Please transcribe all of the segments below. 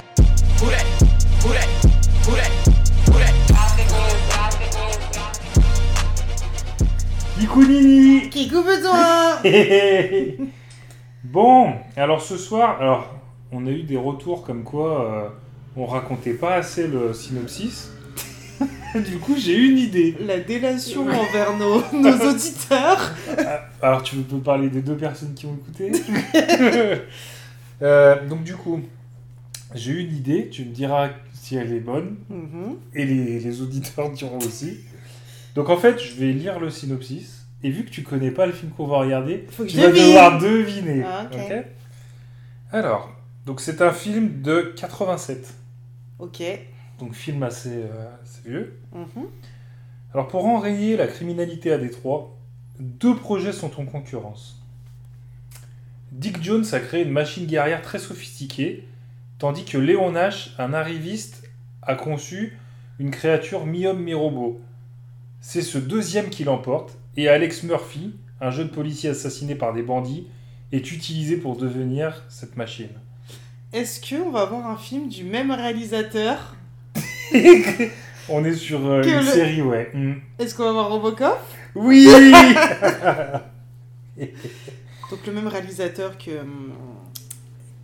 Who that? Who that? Who that? Who that? Icounini Qui coupe besoin Bon, alors ce soir, alors on a eu des retours comme quoi euh, on racontait pas assez le synopsis. du coup, j'ai une idée. La délation envers nos, nos auditeurs. Alors, tu peux parler des deux personnes qui ont écouté Euh, Donc, du coup, j'ai une idée. Tu me diras si elle est bonne. Mhm. Et les, les auditeurs diront aussi. Donc, en fait, je vais lire le synopsis. Et vu que tu connais pas le film qu'on va regarder, Faut que tu je vas devine. devoir deviner. Ah, ok. ok Alors, donc c'est un film de 87. Ok. Donc, film assez, euh, assez vieux. Mhm. Alors, pour enrayer la criminalité à Détroit, deux projets sont en concurrence. Dick Jones a créé une machine guerrière très sophistiquée, tandis que Léon Nash, un arriviste, a conçu une créature mi-homme mi-robot. C'est ce deuxième qui l'emporte, et Alex Murphy, un jeune policier assassiné par des bandits, est utilisé pour devenir cette machine. Est-ce qu'on va avoir un film du même réalisateur On est sur euh, Que une le- série, ouais. Mm. Est-ce qu'on va avoir Robocop Oui Donc le même réalisateur que hum,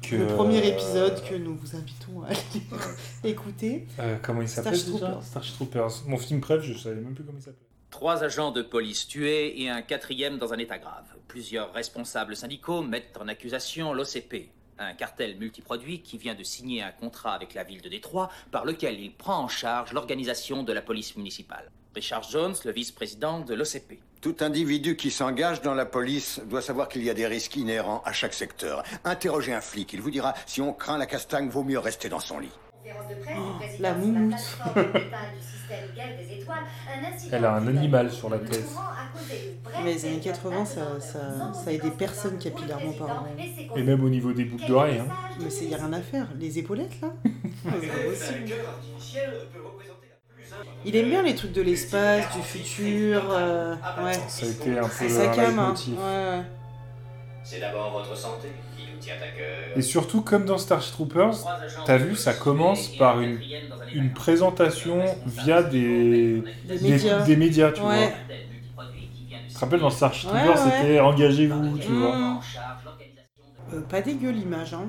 Que, le premier euh, épisode que nous vous invitons à aller écouter. Euh, comment il s'appelle Starshtroopers. déjà Starshtroopers. Mon film préf, je savais même plus comment il s'appelle. Trois agents de police tués et un quatrième dans un état grave. Plusieurs responsables syndicaux mettent en accusation l'OCP, un cartel multiproduit qui vient de signer un contrat avec la ville de Détroit par lequel il prend en charge l'organisation de la police municipale. Richard Jones, le vice-président de l'OCP. Tout individu qui s'engage dans la police doit savoir qu'il y a des risques inhérents à chaque secteur. Interrogez un flic, il vous dira si on craint la castagne, vaut mieux rester dans son lit. Conférence de presse du président Oh, la de moumoute. plateforme de départ du système Galles des étoiles, un incident Elle a un qui va animal sur la le tête. courant à cause des brèves Mais les années périodes 80, ça- ça- d'absence ça aidait d'observance personne pour le capillairement président parlant. ses Et conseils. même au niveau des boucles Quel d'oreilles. hein. message Mais c'est y a rien à faire. Les épaulettes là Ah, C'est pas possible. Il aime bien les trucs de l'espace, du futur. euh, ouais. Ça a été un peu euh, C'est un sa cam. hein. leitmotiv. Ouais. C'est d'abord votre santé qui nous tient à cœur. Et surtout, comme dans Starshtroopers, T'as vu, ça commence par une- une présentation via des, Des des, médias. des médias, tu Ouais. vois. Tu te rappelles, dans Starshtroopers, Ouais, ouais. c'était Engagez-vous, tu Mm. vois. Euh, pas dégueu l'image, hein.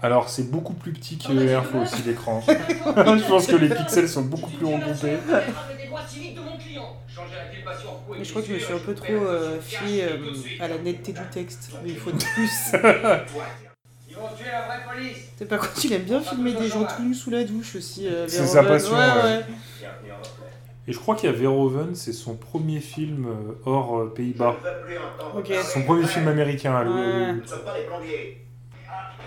Alors, c'est beaucoup plus petit que Airflow aussi, l'écran. Je pense que les pixels sont beaucoup plus regroupés. Mais je crois que je me suis un peu trop euh, fiée euh, à la netteté du texte. Mais il faut de plus. Ils vont tuer la vraie police C'est par contre, il aime bien filmer des gens tout nus sous la douche aussi. euh, C'est Verhoeven. sa passion, Ouais, ouais. ouais. Bienvenue en repère. Et je crois qu'il y a Verhoeven, c'est son premier film euh, hors euh, Pays-Bas. Je ne veux plus entendre Ok. parler Son de premier vrai. film américain à Ouais. Hollywood. Nous ne sommes pas des plombiers.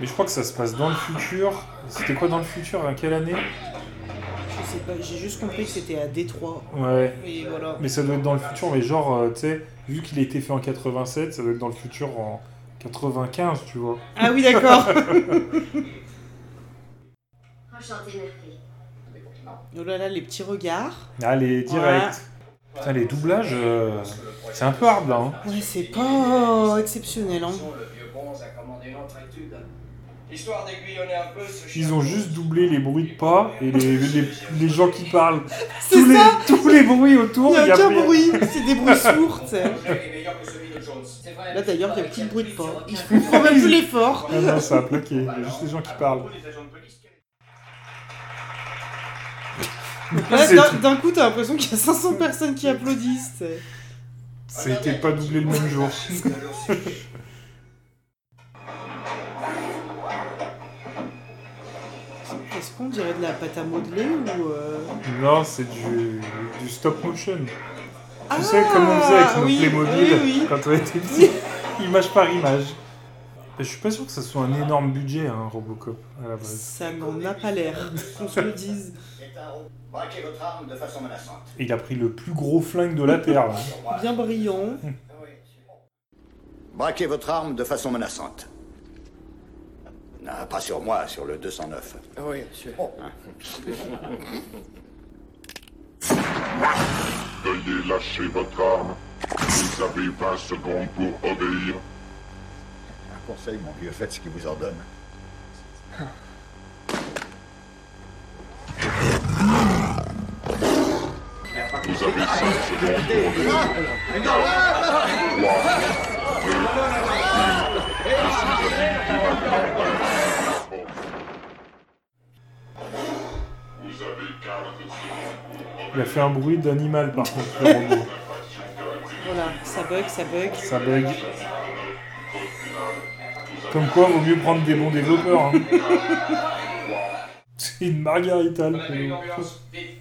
Mais je crois que ça se passe dans le futur. C'était quoi dans le futur À quelle année Je sais pas, j'ai juste compris que c'était à Détroit. Ouais. Et voilà. Mais ça doit être dans le futur, mais genre, euh, tu sais, vu qu'il a été fait en 87, ça doit être dans le futur en 95, tu vois. Ah oui, d'accord. Enchanté, Murphy. Oh là là, les petits regards. Allez, direct. Putain, les doublages, euh, c'est un peu hard là. hein. Ouais, c'est pas exceptionnel, hein. Le vieux bronze a commandé notre étude. Histoire d'aiguillonner un peu ce Ils chien. ont juste doublé les bruits de pas et les, les, les gens qui parlent. C'est Tous les, ça tous les bruits autour. Il y a il y a aucun plus- bruit, c'est des bruits sourds, tu sais. Là Là d'ailleurs, il y a plus de bruit de pas. Il comprend même plus l'effort. Ah non, ça a bloqué. Il y a juste les gens qui parlent. Ouais, C'est d'un- tout. D'un coup, t'as l'impression qu'il y a 500 personnes qui applaudissent. tu sais. C'était pas doublé le même jour. Est-ce qu'on dirait de la pâte à modeler ou. euh, Non, c'est du, du stop motion. Ah, Tu sais, comme on faisait avec nos oui, Playmobil Oui, oui. quand on était petit, image par image. Je suis pas sûr que ça soit un énorme budget, hein, Robocop, à la base. Ça n'en a pas l'air, qu'on se le dise. C'est un robot. Braquez votre arme de façon menaçante. Et il a pris le plus gros flingue de la Terre, là. Bien brillant. Braquez votre arme de façon menaçante. Non, pas sur moi, sur le 209. Ah Oui, monsieur. Veuillez lâcher votre arme. Vous avez 20 secondes pour obéir. Un conseil, mon vieux, faites ce qu'il vous ordonne. Vous avez 5 secondes pour obéir. 3, 2, 1. Vous avez 40 secondes. Il a fait un bruit d'animal par contre, le robot. Voilà, ça bug, ça bug. Ça bug. Comme quoi, vaut mieux prendre des bons développeurs. hein. C'est une margarita. On appelle une le ambulance, vite.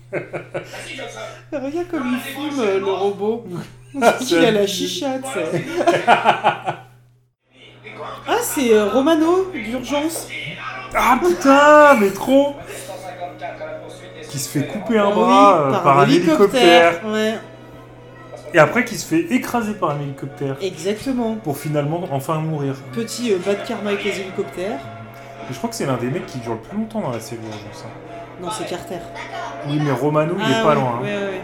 Assis comme ça. Regarde comme il fume euh, le robot. C'est Il a la abusé. chicha, tu Voilà, sais. c'est tout. Ah, c'est euh, Romano, d'urgence. Ah putain, mais trop 154 à la poursuite des Qui se fait suspects. couper Ah un bras euh, par un hélicoptère. Ouais, Et après, qui se fait écraser par un hélicoptère. exactement. Pour finalement enfin mourir. Petit euh, bad karma avec les hélicoptères. Et je crois que c'est l'un des mecs qui dure le plus longtemps dans la série Urgence. hein. Non, c'est Carter. Oui, mais Romano, il est Ah, pas ouais, loin. hein. Ouais, ouais.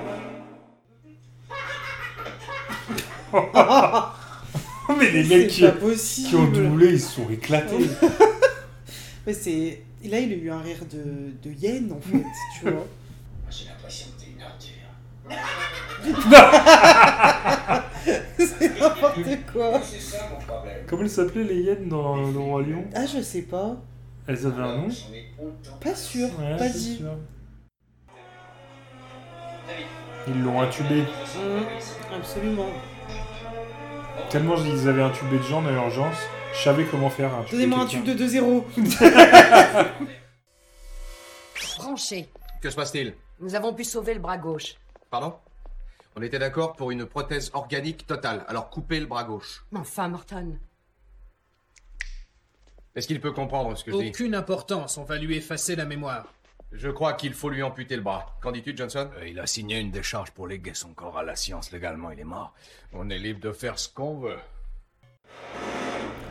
hein. mais les C'est mecs qui, pas qui ont possible. doublé, ils se sont éclatés. Mais c'est. et Là, il a eu un rire de, de hyène, en fait, tu vois. J'ai l'impression que t'es une ordure. C'est n'importe quoi. C'est ça mon problème. Comment elles s'appelaient les hyènes dans Le Roi Lion Ah, je sais pas. Elles avaient un nom J'en ai autant. Pas sûr, Ouais, pas c'est dit. sûr. David, Ils l'ont intubé. Mmh, absolument. Tellement ils avaient intubé de gens dans l'urgence, je savais comment faire un Donnez-moi un tube de 2-0. Tranché. Que se passe-t-il Nous avons pu sauver le bras gauche. Pardon On était d'accord pour une prothèse organique totale, alors coupez le bras gauche. Mais enfin, Morton. Est-ce qu'il peut comprendre ce que je dis Aucune importance, on va lui effacer la mémoire. Je crois qu'il faut lui amputer le bras. Qu'en dis-tu, Johnson Euh, il a signé une décharge pour léguer son corps à la science. Légalement, il est mort. On est libre de faire ce qu'on veut.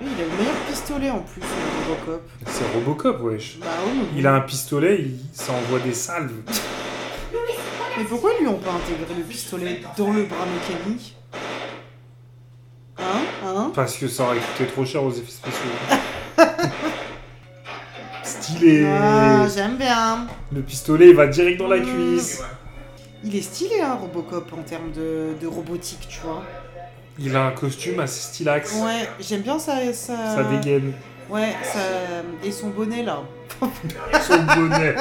Lui, il a le meilleur pistolet en plus, le Robocop. C'est Robocop, wesh. Bah oui. Il a un pistolet, il... ça envoie des salves. Mais pourquoi ils lui ont pas intégré le pistolet dans le bras mécanique Hein Hein Parce que ça aurait coûté trop cher aux effets spéciaux. Stylé Ah, j'aime bien. Le pistolet il va direct dans la cuisse. Il est stylé, hein, Robocop, en termes de, de robotique, tu vois. Il a un costume assez stylax. Ouais, j'aime bien ça, ça. Ça dégaine. Ouais, ça. Et son bonnet, là. Son bonnet.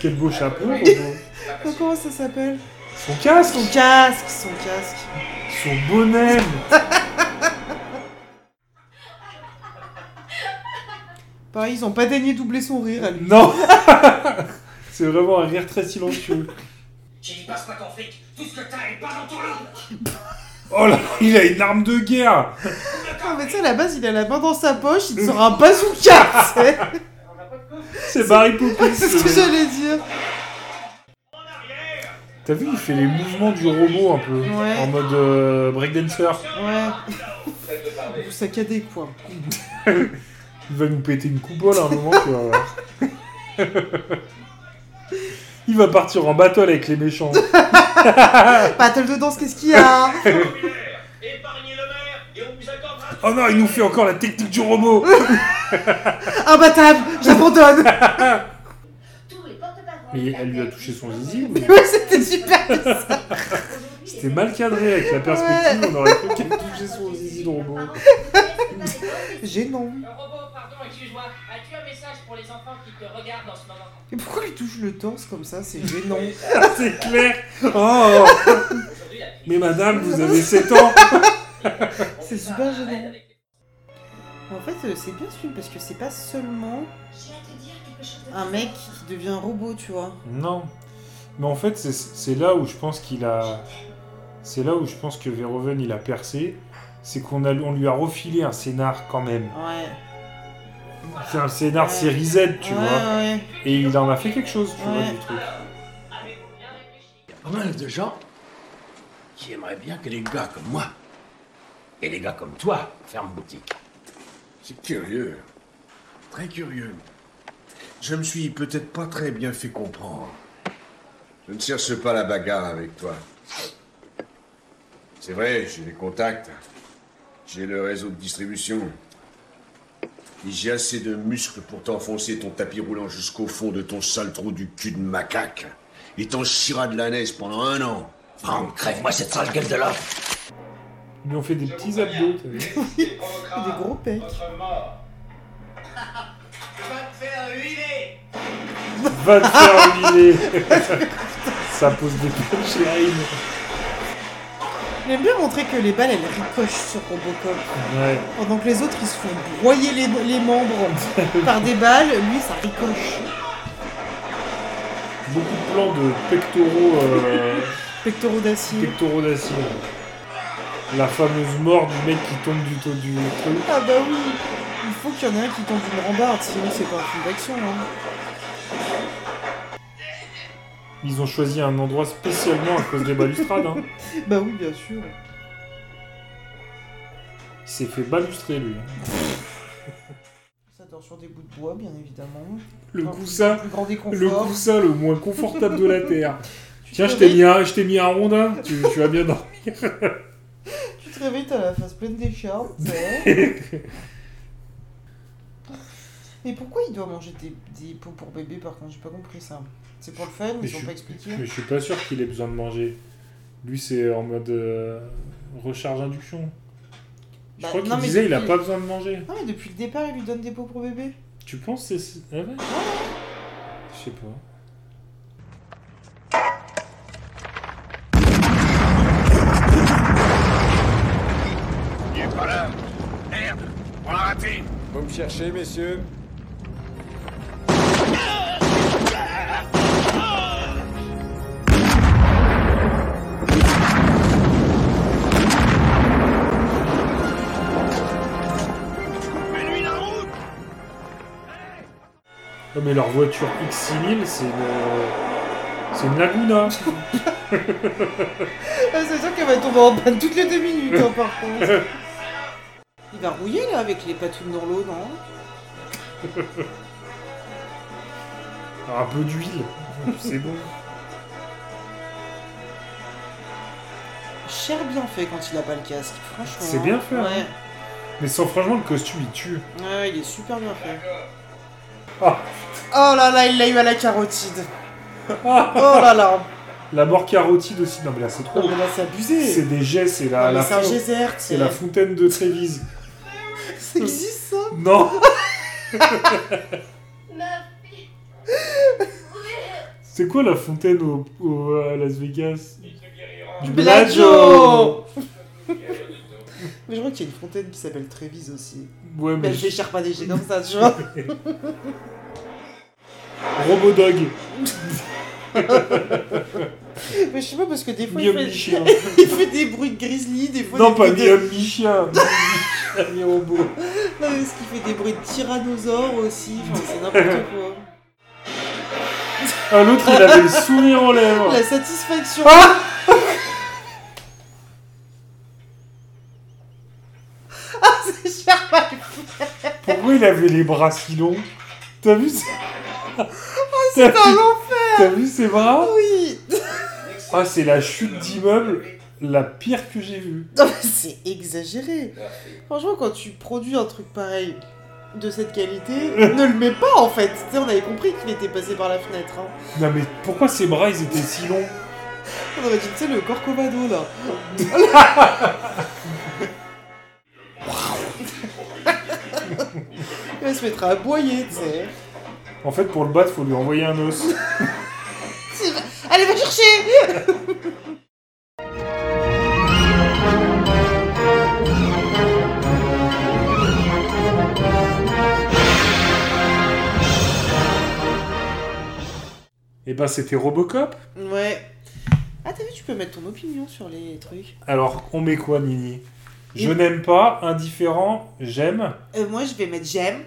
Quel beau chapeau. Robo. Oh, comment ça s'appelle Son casque. Son casque, son casque. Son bonnet. Pareil, Bah, ils ont pas daigné doubler son rire, à lui. Non C'est vraiment un rire très silencieux. J'ai dit passe pas ton fric, tout ce que t'as est pas dans ton lot Oh là, il a une arme de guerre Ah, mais tu sais, à la base, il a la main dans sa poche, il te sort un bazooka, tu sais. C'est Barry Poppins. C'est ce que ce mec. j'allais dire. T'as vu, il fait les mouvements du robot un peu. Ouais. En mode euh, breakdancer. Ouais. Vous saccadez, quoi. Il va nous péter une coupole à un moment. quoi. il va partir en battle avec les méchants. Battle de danse, qu'est-ce qu'il y a hein Épargnez le maire et on vous accordera Oh non, il nous fait encore la technique du robot Imbattable, j'abandonne Tous les porte-paroles. Mais elle lui a touché son zizi ou- Ouais, c'était super C'était mal cadré avec la perspective, on aurait cru qu'elle touchait son zizi de robot. Gênant. Le robot, pardon, excuse-moi, as-tu un message pour les enfants qui te regardent en ce moment Et pourquoi lui touche le torse comme ça C'est gênant. C'est clair Oh Mais madame, vous avez 7 ans C'est super gênant. En fait, euh, c'est bien ce film parce que c'est pas seulement un mec qui devient un robot, tu vois. Non. Mais en fait, c'est- c'est là où je pense qu'il a. C'est là où je pense que Verhoeven il a percé. C'est qu'on a, on lui a refilé un scénar quand même. Ouais. C'est un scénar Ouais. série Z, tu ouais, vois. ouais. Et il en a fait quelque chose, tu vois, Ouais. du truc. Il y a pas mal de gens qui aimeraient bien que les gars comme moi et les gars comme toi ferment boutique. C'est curieux. Très curieux. Je me suis peut-être pas très bien fait comprendre. Je ne cherche pas la bagarre avec toi. C'est vrai, j'ai les contacts. J'ai le réseau de distribution. Et j'ai assez de muscles pour t'enfoncer ton tapis roulant jusqu'au fond de ton sale trou du cul de macaque. Il t'enchira de la neige pendant un an. Franck, crève-moi cette sale gueule de là. Ils lui ont fait des petits abdos, t'as vu Des gros pecs. Va te faire huiler Ça pose des punchlines J'aime bien montrer que les balles elles ricochent sur Robocop. Ouais. Pendant que les autres ils se font broyer les, les membres par des balles, lui ça ricoche. Beaucoup de plans de pectoraux. euh, Pectoraux d'acier. pectoraux d'acier. La fameuse mort du mec qui tombe du taux du truc. Ah bah oui Il faut qu'il y en ait un qui tombe une rambarde, sinon c'est pas un film d'action. hein. Ils ont choisi un endroit spécialement à cause des balustrades. Hein. Bah oui, bien sûr. Il s'est fait balustrer lui. hein. Ça dort sur des bouts de bois, bien évidemment. Le Dans coussin, le plus grand déconfort. le coussin le moins confortable de la terre. Tu te Tiens, je t'ai réveilles- mis un, je t'ai mis un rondin. Tu, tu vas bien dormir. Tu te réveilles, t'as la face pleine d'écharpes. ouais. Mais pourquoi il doit manger des, des pots pour bébé par contre J'ai pas compris ça. C'est pour le fun, Mais ils ont je- pas expliqué. Mais je suis pas sûr qu'il ait besoin de manger. Lui, c'est en mode euh, recharge induction. Je Bah, crois qu'il non, mais disait il a depuis- pas besoin de manger. Non mais depuis le départ, il lui donne des pots pour bébé. Tu penses que c'est. Ah ouais Je sais pas. Vous me cherchez, messieurs Non, mais leur voiture X6000, c'est une. C'est une Laguna. Ah, c'est sûr qu'elle va tomber en panne toutes les deux minutes hein, par contre. Il va rouiller là avec les patounes dans l'eau, non Un peu d'huile. C'est bon. Cher bien fait quand il a pas le casque, franchement. C'est bien fait, hein. Ouais. Mais sans franchement, le costume, il tue. Ouais, ouais, il est super bien fait. Ah. Oh là là, il l'a eu à la carotide. Ah. Oh là là. La mort carotide aussi. Non, mais là, c'est trop. Non, mais là, c'est abusé. C'est des jets, c'est la, Non, mais la c'est un fon- geyser, c'est la fontaine de Trévise. Ça existe ça Non Meuf, C'est quoi la fontaine au, au- à Las Vegas Du Mais je crois qu'il y a une fontaine qui s'appelle Trévise aussi. Bah, Ouais, mais. Mais elle déchire pas des jets comme ça, tu vois. Robodog. Mais je sais pas, parce que des fois, il Miam fait, mi-chien. il fait des bruits de grizzly, des fois. Non, il pas fait des- Miam mi-chien. Miam mi-robot. Non, mais ce qui fait des bruits de tyrannosaure aussi, enfin, c'est n'importe quoi. Ah, l'autre, il avait le sourire aux lèvres. La satisfaction. Ah, c'est cher, mal Pourquoi il avait les bras si longs T'as vu ses... T'as fait, vu... T'as vu ses bras oui Ah, c'est la chute d'immeuble la pire que j'ai vue. Non, mais c'est exagéré. Franchement, quand tu produis un truc pareil de cette qualité, ne le mets pas en fait. Tu sais, on avait compris qu'il était passé par la fenêtre. Hein. Non, mais pourquoi ses bras, ils étaient si longs On aurait dit, tu sais, le corcovado là. Il va se mettre à aboyer, tu sais. En fait, pour le battre, faut lui envoyer un os. C'est- Allez, va chercher Et ben, c'était Robocop. Ouais. Ah, t'as vu, tu peux mettre ton opinion sur les trucs. Alors, on met quoi, Nini Je Et- n'aime pas, indifférent, j'aime. Euh, moi, je vais mettre j'aime.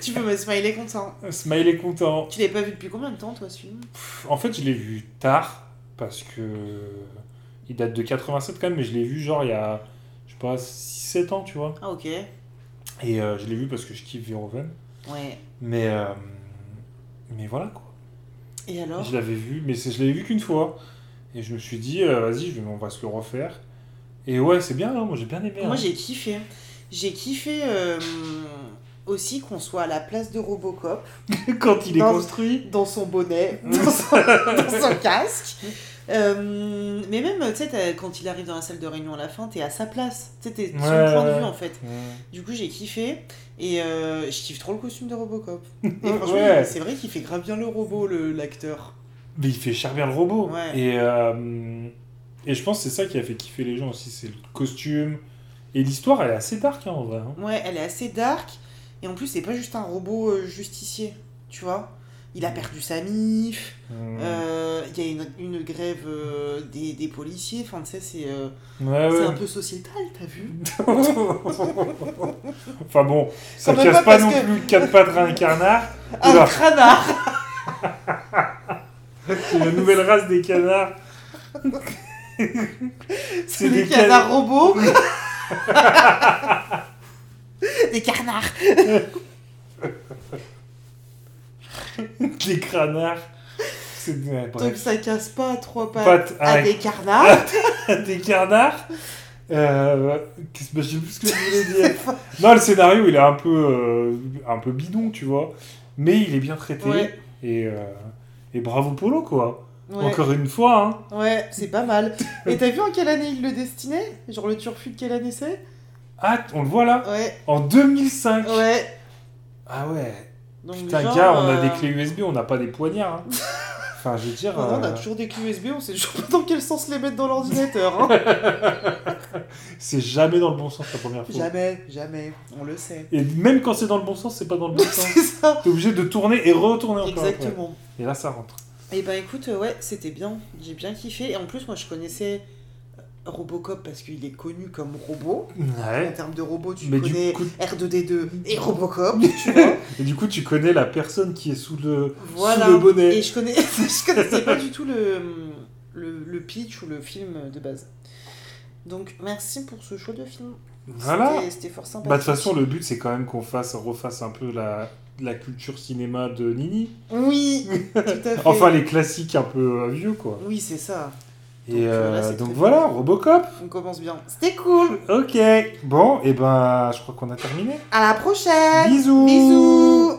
tu peux me smiley content. Smiley content. Tu l'as pas vu depuis combien de temps, toi, ce film Pff, En fait, je l'ai vu tard, parce que... Il date de 87 quand même, mais je l'ai vu genre il y a, je sais pas, 6-7 ans, tu vois. Ah, ok. Et euh, je l'ai vu parce que je kiffe Verhoeven. Ouais. Mais, euh, mais voilà quoi. Et alors Je l'avais vu, mais c'est- je l'avais vu qu'une fois. Et je me suis dit, euh, vas-y, je vais- on va se le refaire. Et ouais, c'est bien, hein, moi j'ai bien aimé. Moi hein. j'ai kiffé. J'ai kiffé. euh, aussi qu'on soit à la place de Robocop. Quand il est dans- construit. Dans son bonnet, dans son, dans son casque. Euh, mais même, tu sais, t'as- quand il arrive dans la salle de réunion à la fin, t'es à sa place. Tu sais, t'es son Ouais, point de ouais. vue en fait. Ouais. Du coup, j'ai kiffé. Et euh, je kiffe trop le costume de Robocop. Et franchement, Ouais. c'est vrai qu'il fait grave bien le robot, le- l'acteur. Mais il fait cher bien le robot. Ouais. Et, euh, et je pense que c'est ça qui a fait kiffer les gens aussi, c'est le costume. Et l'histoire, elle est assez dark hein, en vrai. hein. Ouais, elle est assez dark. Et en plus, c'est pas juste un robot euh, justicier, tu vois. Il a perdu sa mif. Mm. euh, Il y a une, une grève euh, des, des policiers. Enfin, tu sais, c'est euh, Ouais, Ah c'est ouais. un peu sociétal, t'as vu Enfin bon, ça Quand même casse pas pas parce non que- Ah, plus quatre pattes à un canard. Un Oula, cranard c'est la nouvelle race des canards. C'est des canards robots Des canards Des canards. C'est ouais, Ah bref. Donc ça casse pas à trois pattes, Pattes à à- des canards ah, des canards. Euh, qu'est-ce- bah, je sais plus ce que je voulais dire. Non, le scénario, il est un peu, euh, un peu bidon, tu vois. Mais il est bien traité. Ouais. Et, euh, et bravo Polo, quoi. Ouais. Encore une fois, hein. Ouais, c'est pas mal. Et t'as vu en quelle année il le destinait Genre le turfu de quelle année c'est Ah, on le voit là. Ouais, En 2005. ouais. Ah ouais. Donc, Putain, genre, gars, on a des euh, clés USB, on n'a pas des poignards. hein. enfin, je veux dire. Maintenant, on a euh, toujours des clés USB, on sait toujours pas dans quel sens les mettre dans l'ordinateur. hein. c'est jamais dans le bon sens la première fois. jamais, jamais, on le sait. Et même quand c'est dans le bon sens, c'est pas dans le bon C'est sens. ça, T'es obligé de tourner et retourner encore. après. exactement. Et là, ça rentre. Et ben écoute, euh, ouais, c'était bien, j'ai bien kiffé. Et en plus, moi je connaissais euh, Robocop parce qu'il est connu comme robot. En Ouais. termes de robot, tu Mais du connais coup- R2D2 et Robocop, tu vois. Et du coup, tu connais la personne qui est sous le, Voilà. sous le bonnet. Et je, connais... je connaissais pas du tout le... Le... le pitch ou le film de base. Donc merci pour ce choix de film. Voilà. C'était- C'était fort sympa. Bah, de toute façon, le but, c'est quand même qu'on fasse, refasse un peu la, la culture cinéma de Nini. Oui, tout à fait. Enfin, les classiques un peu euh, vieux, quoi. Oui, c'est ça. Et Donc, euh, là, euh, c'est donc très voilà, bien. Robocop. On commence bien. C'était cool. Ok. Bon, et ben, je crois qu'on a terminé. À la prochaine. Bisous. Bisous.